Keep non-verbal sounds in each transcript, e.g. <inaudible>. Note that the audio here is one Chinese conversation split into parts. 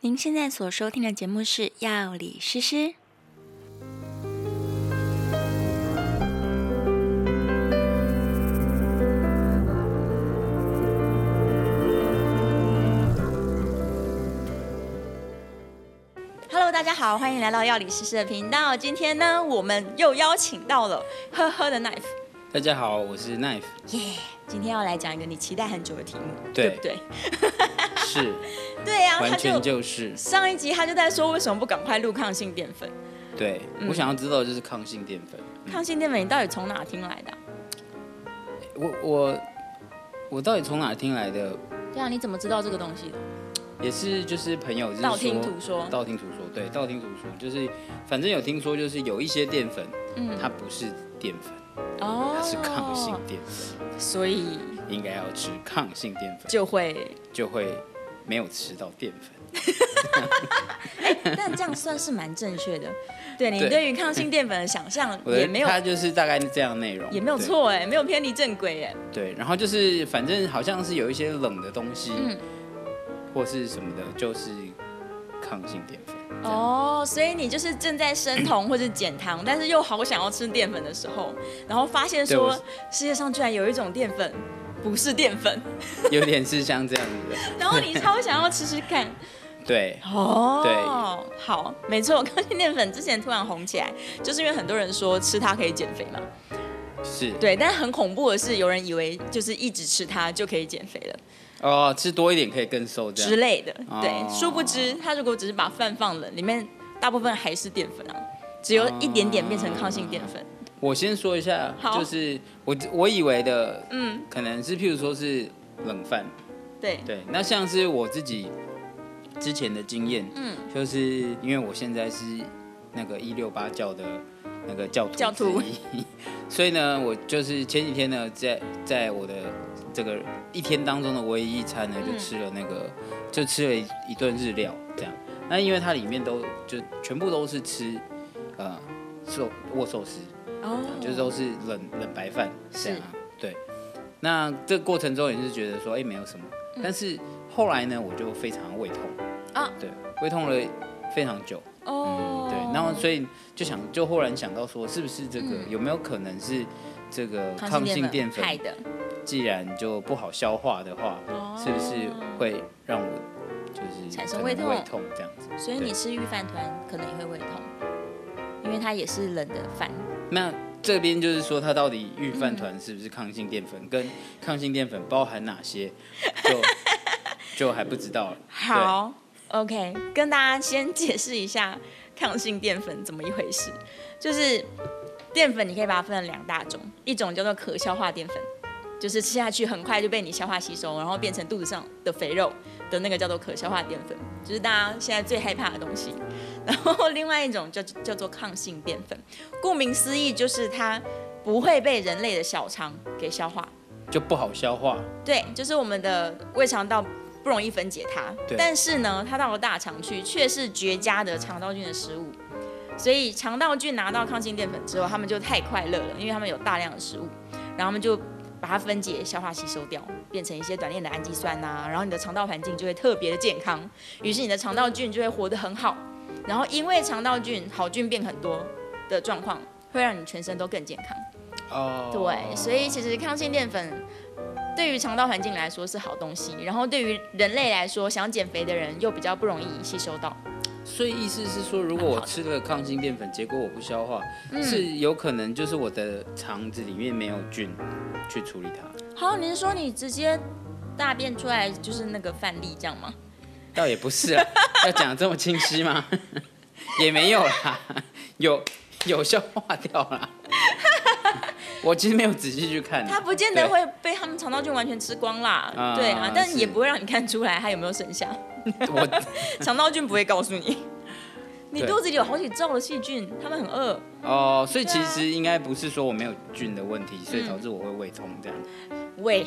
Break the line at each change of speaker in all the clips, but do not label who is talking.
您现在所收听的节目是《药理诗诗》。Hello，大家好，欢迎来到药理诗诗的频道。今天呢，我们又邀请到了呵呵的 Knife，
大家好，我是 Knife，
耶今天要来讲一个你期待很久的题目，
对
不对？
是
对呀、他
完全
就 <laughs>
就是
上一集他就在说为什么不赶快录抗性淀粉？
对、
嗯
我想要知道的就是抗性淀粉。
抗性淀粉你到底从哪听来的啊、
我我我到底从哪听来的？
对啊，你怎么知道这个东西的？
也是就是朋友就是
道
说
听途说
道听途说，对，道听途说就是反正有听说就是有一些淀粉，
嗯
它不是淀粉，
哦
它是抗性淀粉，
所以
应该要吃抗性淀粉
就会。
就会没有吃到淀粉。
<laughs> 但这样算是蛮正确的。对你
对
对于抗性淀粉的想 <laughs> 象
我的
也没有
它就是大概这样的内容，
也没有
对
错哎，没有偏离正轨哎。
对，然后就是反正好像是有一些冷的东西，
嗯
或是什么的，就是抗性淀粉。哦，
哦，所以你就是正在生酮或者减糖，但是又好想要吃淀粉的时候，然后发现
对
说
我是
世界上居然有一种淀粉不是淀 <laughs> 粉，
有点是像这样子的。
然后你超想要吃吃看。
对，
哦，对，好，没错，抗性淀粉之前突然红起来，就是因为很多人说吃它可以减肥嘛。
是。
对，但很恐怖的是，有人以为就是一直吃它就可以减肥了
哦，吃多一点可以更瘦这
之
样。
类的。
哦
对，殊不知它如果只是把饭放冷，里面大部分还是淀粉啊，只有一点点变成抗性淀粉。
我先说一下，
好
就是我我以为的，
嗯，
可能是譬如说是冷饭。
对，
对，那像是我自己之前的经验，
嗯，
就是因为我现在是那个一六八教的那个教徒
教徒
之一， <laughs> 所以呢，我就是前几天呢，在在我的这个一天当中的唯一一餐呢，就吃了那个，
嗯
就吃了一一顿日料这样。那因为它里面都就全部都是吃，呃，寿握寿司，
哦，
就是都是冷
嗯
冷白饭这样啊。对，那这个过程中也是觉得说，哎、没有什么。但是后来呢，我就非常胃痛
嗯啊
对，胃痛了非常久。
哦，
嗯
嗯
对，然后所以就想，就忽然想到说，是不是这个、有没有可能是这个抗性淀粉
害，的，
既然就不好消化的话，
哦
是不是会让我就是
产生
可能
胃痛
胃痛这样子？
所以你
对
吃预饭团可能也会胃痛，因为它也是冷的饭。
那这边就是说，它到底预饭团是不是抗性淀粉，跟抗性淀粉包含哪些，
<laughs>
就就还不知道了。
好，OK，跟大家先解释一下抗性淀粉怎么一回事。就是淀粉，你可以把它分成两大种，一种叫做可消化淀粉，就是吃下去很快就被你消化吸收，然后变成肚子上的肥肉的那个叫做可消化淀粉，就是大家现在最害怕的东西。然后另外一种叫叫做抗性淀粉，顾名思义就是它不会被人类的小肠给消化，
对，就不好消化。
对，就是我们的胃肠道不容易分解它，
对
但是呢，它到了大肠去却是绝佳的肠道菌的食物，所以肠道菌拿到抗性淀粉之后，他们就太快乐了，因为他们有大量的食物，然后他们就把它分解、消化、吸收掉，变成一些短链的氨基酸呐、然后你的肠道环境就会特别的健康，于是你的肠道菌就会活得很好，然后因为肠道菌好菌变很多的状况，会让你全身都更健康。
哦，
对，所以其实抗性淀粉对于肠道环境来说是好东西，然后对于人类来说，想减肥的人又比较不容易吸收到。
所以意思是说，如果我吃了抗性淀粉，结果我不消化，
嗯
是有可能就是我的肠子里面没有菌去处理它，
好，你是说你直接大便出来就是那个饭粒这样吗？
倒也不是啊， <laughs> 要讲得这么清晰吗？ <laughs> 也没有啦， <laughs> 有有消化掉啦。 <laughs> 我其实没有仔细去看，
它不见得
对
会被他们肠道菌完全吃光啦，
啊
对啊，但
是
也不会让你看出来它有没有剩下，
我
肠道菌不会告诉你。
<laughs>
你
对
肚子里有好几兆的细菌，他们很饿。
哦，所以
对
其
啊嗯
实应该不是说我没有菌的问题，所以导致我会胃痛这样。
胃、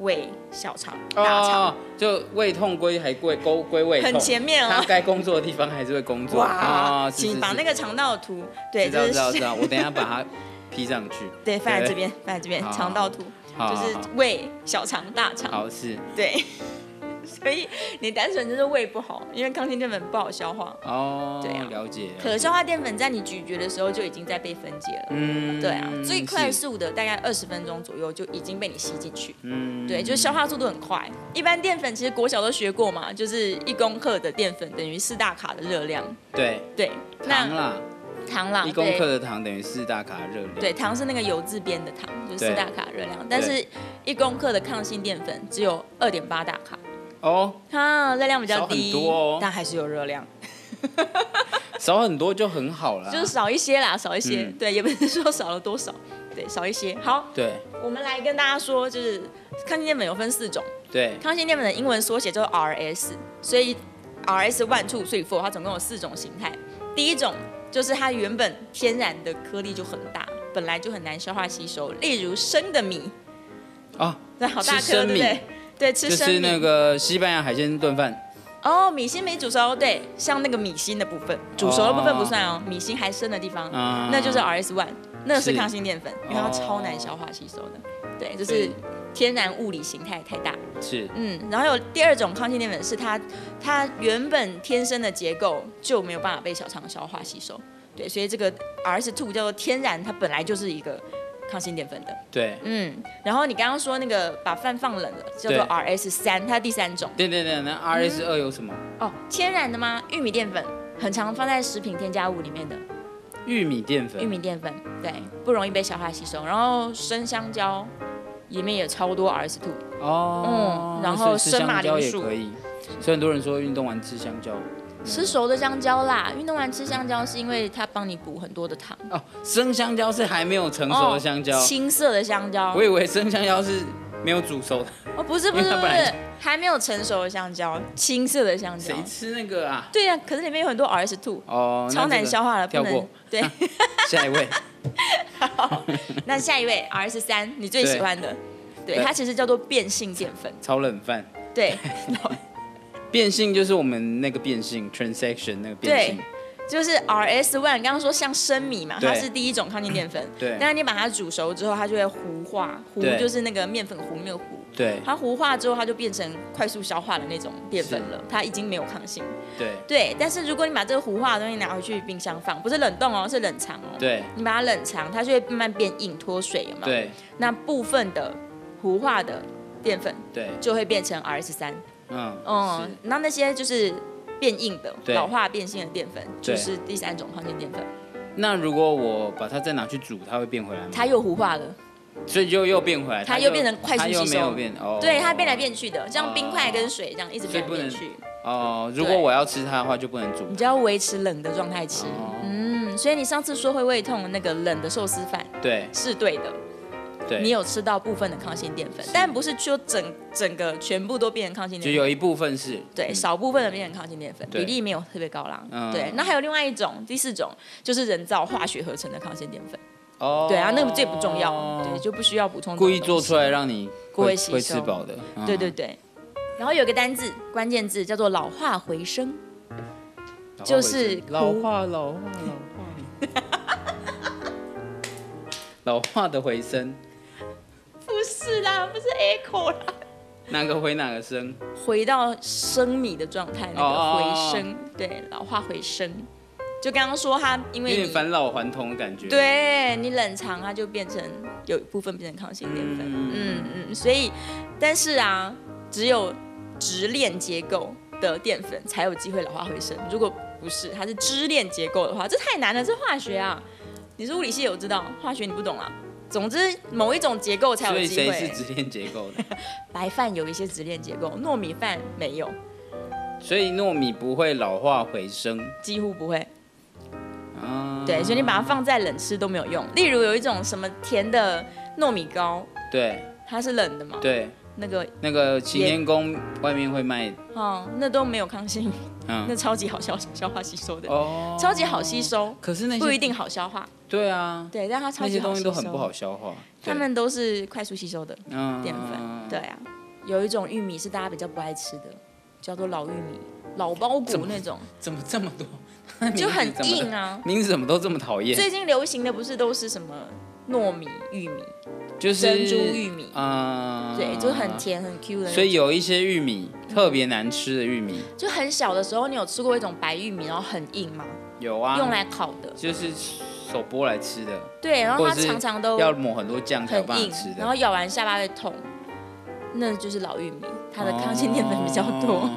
胃、小肠、大肠，
哦，就胃痛归还归归归胃痛，
很前面哦
他该工作的地方还是会工作。
哇，
哦是
请把那
个
个肠道图，对，
知道
这
知道
是
知道，我等一下把它披上去。
<laughs> 对，放在这边，放在这边，
好
肠道图
好
就是
好好
胃、小肠、大肠，
好是
对， <laughs> 所以你单纯就是胃不好，因为抗性淀粉不好消化。
哦，
对啊
了解。了
可
解
消化淀粉在你咀嚼的时候就已经在被分解了。
嗯，
对啊，最快
是，
速的大概二十分钟左右就已经被你吸进去。
嗯，
对，就是消化速度很快。一般淀粉其实国小都学过嘛，就是一公克的淀粉等于四大卡的热量。
对，
对，
糖
那
啦，
糖啦，
一公
对
克的糖等于四大卡热量。
对，糖是那个油字边的糖，就是四
对
大卡热量，但是一公克的抗性淀粉只有二点八大卡，
哦，
它热量比较
少很
低，
多哦
但还是有热量，
少很多就很好了。
就是少一些啦，少一些，
嗯
对，也不是说少了多少，对，少一些。好，
对
我们来跟大家说，就是抗性淀粉有分四种，
对，
抗性淀粉的英文缩写就是 RS，所以 RS one two three four 它总共有四种形态。第一种就是它原本天然的颗粒就很大，本来就很难消化吸收，例如生的米，
哦，
对，好大
吃
颗，对
生
不
米
对？对，吃
就
生米。
是那个西班牙海鲜炖饭。
哦，米心没煮熟，对，像那个米心的部
哦
分，煮熟的部分不算哦，米心还生的地方，
啊
那就是 RS one，那是
是
抗性淀粉，因为它
哦
超难消化吸收的。对，就
所
是
以
天然物理形态太大。
是
嗯，然后有第二种抗性淀粉是它它原本天生的结构就没有办法被小肠消化吸收，对，所以这个 RS two 叫做天然，它本来就是一个抗性淀粉的。
对，
嗯，然后你刚刚说那个把饭放冷了叫做
对
RS 三，它第三种
对对对，那 RS 二有什么？
哦，天然的吗？玉米淀粉很常放在食品添加物里面的
玉米淀
玉
粉。
米淀粉，对，不容易被消化吸收。然后生香蕉里面也超多 RS two，
哦
嗯，然后
所以吃
生马
香
铃
蕉也
薯
可以。所以很多人说运动完吃香蕉，
吃熟的香蕉啦，运动完吃香蕉是因为它帮你补很多的糖。
哦，生香蕉是还没有成熟的香蕉
哦，青色的香蕉。
我以为生香蕉是没有煮熟的，
哦，不是不
因
是
为它
不
本来
是，还没有成熟的香蕉，青色的香蕉
谁。吃那个啊？
对呀、可是里面有很多 RS two，、
哦，那
超
这
难
个
消化的，
跳
不能
过。。
对，
<laughs> 下一位，
那下一位 RS 三，你最喜欢的，对，
对
它其实叫做变性淀
<laughs>
粉。
炒冷饭。
对，
变性就是我们那个变性 transaction 那个变性，
就是 RS one，刚刚说像生米嘛，
对
它是第一种抗性淀粉。
对
但是你把它煮熟之后，它就会糊化，糊
对
就是那个面粉糊那个糊。
对
它糊化之后，它就变成快速消化的那种淀粉
是
了，它已经没有抗性。
对
对，但是如果你把这个糊化的东西拿回去冰箱放，不是冷冻哦，是冷藏哦。，
对
你把它冷藏，它就会慢慢变硬脱水，有没有？。
对
那部分的糊化的淀粉
对，
就会变成 RS 三，
嗯
嗯，
嗯，
那那些就是变硬的、
对
老化变性的淀粉，就
对
是第三种抗性淀粉，
那如果我把它再拿去煮，它会变回来吗？
它又糊化了，
所以就又变回来，
它
就
又变成快速
它又
吸
没有
收
变哦，
对，它变来变去的，像
哦
冰块跟水这样一直
所
变
以
来变
不能
去，
哦。如果我要吃它的话，就不能煮
你就要维持冷的状态吃。
哦
嗯，所以你上次说会胃痛的那个冷的寿司饭
对
是对的，
对，
你有吃到部分的抗性淀粉，但不是说整整个全部都变成抗性
就
淀粉。
有一部分是
对，
嗯
少部分的变成抗性淀粉，比
对
例没有特别高啦。
嗯
对，那还有另外一种，第四种就是人造化学合成的抗性淀粉。
哦，
对啊，那个最不重要，对，就不需要补充这种
故
东西。
意做出来
<laughs>
让你
过
会
位吸
会
收
吃饱的，嗯
对对，对。然后有个单字，关键字叫做老化回升，
老化
就是
回升老
苦
化老化老化，老化的回声，
不是啦，不是 echo 啦，
哪个回哪
<laughs>
个声？
回到生米的状态，那
哦
个
哦
回
哦
升，对，老化回升。就刚刚说它，因
有
为
点
你
返老还童的感觉。，嗯
对你冷藏它就变成有一部分变成抗性淀粉，
嗯
嗯嗯，所以但是啊，只有直链结构的淀粉才有机会老化回升，如果不是它是支链结构的话，这太难了，这化学啊，你是物理系我知道，化学你不懂啊。总之，某一种结构才
所
有
以
机
谁是
会。
直链结构的？ <laughs>
白饭有一些直链结构，糯米饭没有，
所以糯米不会老化回升
几乎不会。
啊。
对，所以你把它放在冷吃都没有用。例如有一种什么甜的糯米糕，
对
它是冷的嘛，
对，
那个
那个擎天宫外面会卖，
哦，那都没有抗性， <laughs> 那
嗯，
超级好消消化吸收的，
哦，
超级好吸收，
可是那些
不一定好消化。
对啊，
对，但它超
那
级
些
好
东
吸
西
收
都很不好消化。对
它们都是快速吸收的
嗯
淀粉。对啊，有一种玉米是大家比较不爱吃的，叫做老玉米，老包
怎
谷
么
那种，
怎么这么多？ <laughs>
就很
名字怎么
硬啊。
名字怎么都这么讨厌？
最近流行的不是都是什么糯米、玉米、
就是
珍珠玉米，
啊，
对，就是很甜很 Q 的那种。
所以有一些玉米，特别难吃的玉米，
就很小的时候，你有吃过一种白玉米，然后很硬吗？
有啊，
用来烤的，
就是手剥来吃的，
对，然后
或
它
者是
常常都
要抹很多酱才有
很
办
硬
法吃，的。
然后咬完下巴会痛，那就是老玉米，它的抗性淀粉比较多。
哦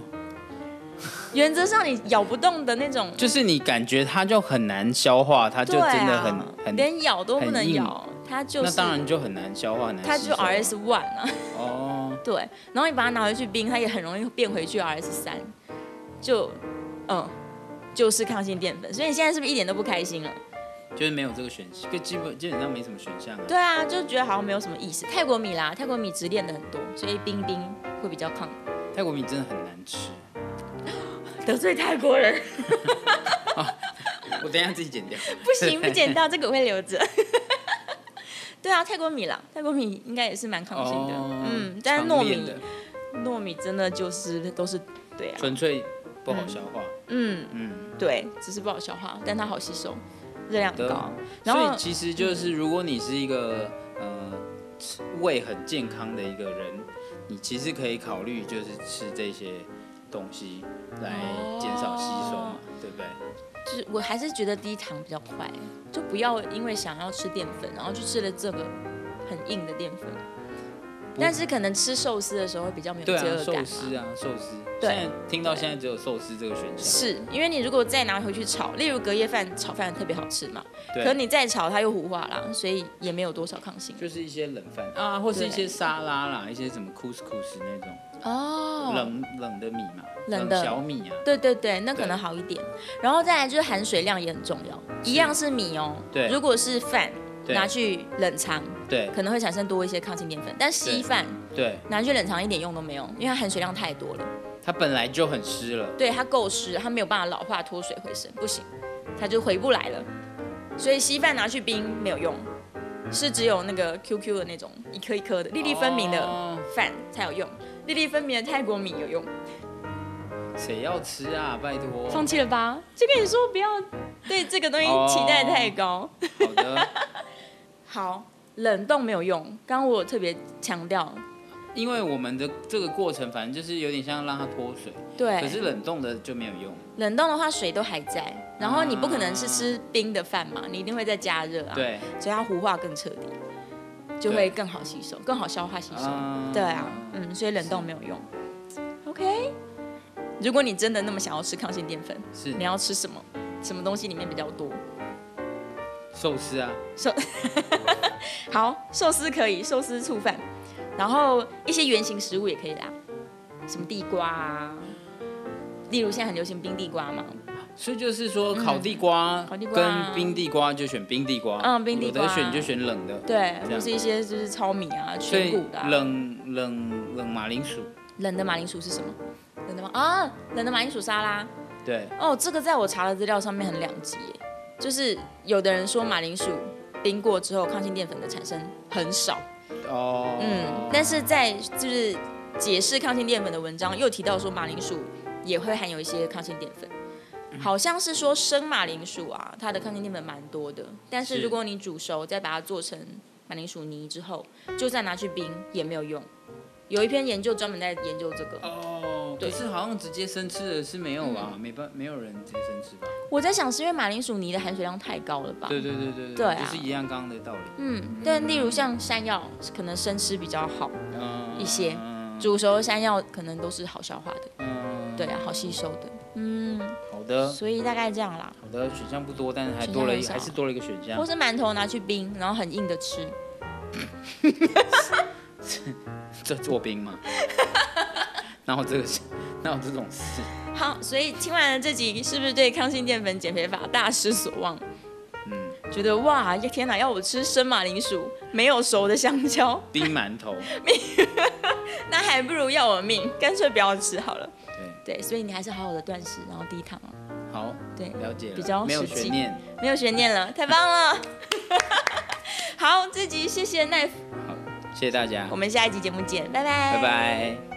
原则上你咬不动的那种，
就是你感觉它就很难消化，它就
对
真的
啊，
很、很，
连咬都不能咬，它就是
那当然就很难消化，很难
它
吸
就
收
RS one 啊， <laughs>
哦，
对，然后你把它拿回去冰，它也很容易变回去 RS 三，就嗯，就是抗性淀粉，所以你现在是不是一点都不开心了？
就是没有这个选项，就基本基本上没什么选项啊。
对啊，就觉得好像没有什么意思。泰国米啦，泰国米只炼的很多，所以冰冰会比较抗。
泰国米真的很难吃，
得罪泰国人
我等一下自己剪掉。
不行，不捡到这个我会留着。 <laughs> 对啊，泰国米啦，泰国米应该也是蛮抗性的。嗯，但是糯
哦常见
米
的
糯米真的就是都是对啊，
纯粹不好消化。
嗯，
嗯，
对，只是不好消化，但它好吸收，热量
对
高。然
所以
后
其实就是如果你是一个呃吃胃很健康的一个人，你其实可以考虑就是吃这些东西来减少吸收
哦
嘛，对不对？
就是我还是觉得低糖比较快，就不要因为想要吃淀粉，然后去吃了这个很硬的淀粉。但是可能吃寿司的时候会比较没有
对
罪
啊，
恶感
寿
嘛
司啊，寿司。
对
现在听到现在只有寿司这个选项。
是因为你如果再拿回去炒，例如隔夜饭炒饭特别好吃嘛，
对。
可你再炒它又糊化啦，所以也没有多少抗性。
就是一些冷饭啊，或是
对
一些沙拉啦，一些什么 couscous 那种、
哦，
冷冷的米嘛，
冷的
小米啊，
对对对，那可
对
能好一点。然后再来就是含水量也很重要，一样是米哦，
对
如果是饭
对
拿去冷藏，
对
可能会产生多一些抗性淀粉，但稀饭
对，
拿去冷藏一点用都没有，因为它含水量太多了，
它本来就很湿了，
对它够湿，它没有办法老化脱水回升，不行，它就回不来了。所以稀饭拿去冰没有用，是只有那个 QQ 的那种一颗一颗的粒粒分明的
哦
饭才有用，粒粒分明的泰国米有用。
谁、要吃啊？拜托，
放弃了吧，就跟你说不要对这个东西期待太高。
好的， <laughs>
好，冷冻没有用，刚刚我有特别强调，
因为我们的这个过程，反正就是有点像让它脱水，可
对，啊
是冷冻的就没有用，
冷冻的话水都还在，然后你不可能是吃冰的饭嘛，你一定会再加热啊，，
对，
所以它糊化更彻底，就会更好吸收，更好消化吸收。
啊
对啊，嗯，所以冷冻没有用。OK，如果你真的那么想要吃抗性淀粉，
是
你要吃什么？什么东西里面比较多？
寿司啊，
好，寿司可以，寿司醋饭，然后一些圆形食物也可以啦，什么地瓜啊，例如现在很流行冰地瓜嘛，
所以就是说烤地瓜
嗯烤地瓜
跟冰地瓜就选冰地瓜，
嗯冰地瓜
有的选就选冷的，
对，
这
或
样
是一些就是糙米啊、
所
全
以
谷的、啊。
冷冷冷马铃薯，
冷的马铃薯是什么？冷的吗？啊，冷的马铃薯沙拉。
对。
哦，这个在我查的资料上面很两极耶，就是有的人说马铃薯冰过之后抗性淀粉的产生很少，
哦，
嗯，但是在就是解释抗性淀粉的文章又提到说马铃薯也会含有一些抗性淀粉，
嗯
好像是说生马铃薯啊，它的抗性淀粉蛮多的，但是
是
如果你煮熟再把它做成马铃薯泥之后，就算拿去冰也没有用。有一篇研究专门在研究这个，
哦，可
对嗯
是好像直接生吃的是没有吧？没办，没有人直接生吃吧？
我在想是因为马铃薯泥的含水量太高了吧？
对对对对
对啊
就是一样刚刚的道理。
嗯，但例如像山药，可能生吃比较好，
嗯，
一些
嗯
煮熟的山药可能都是好消化的，
嗯，
对啊，好吸收的，嗯，
好的
所以大概这样啦。
好的，选项不多，但是还多了一，
选项很少
还是多了一个选项
或。是馒头拿去冰，然后很硬的吃。
这做兵
<laughs>
嘛，然后这个是，哪有这种事？
好，所以听完了这集，是不是对抗性淀粉减肥法大失所望？
嗯，
觉得哇，呀天哪，要我吃生马铃薯，没有熟的香蕉， <laughs>
冰馒头，
那还不如要我命，干脆不要吃好了。
对，
对，所以你还是好好的断食，然后低糖啊，
好，
对
了解了，
比较
没有
实际
悬念。
没有悬念 <laughs> 了，太棒了。好，这集谢谢奈夫，
好，谢谢大家
我，们下一集节目见，拜拜，
拜拜。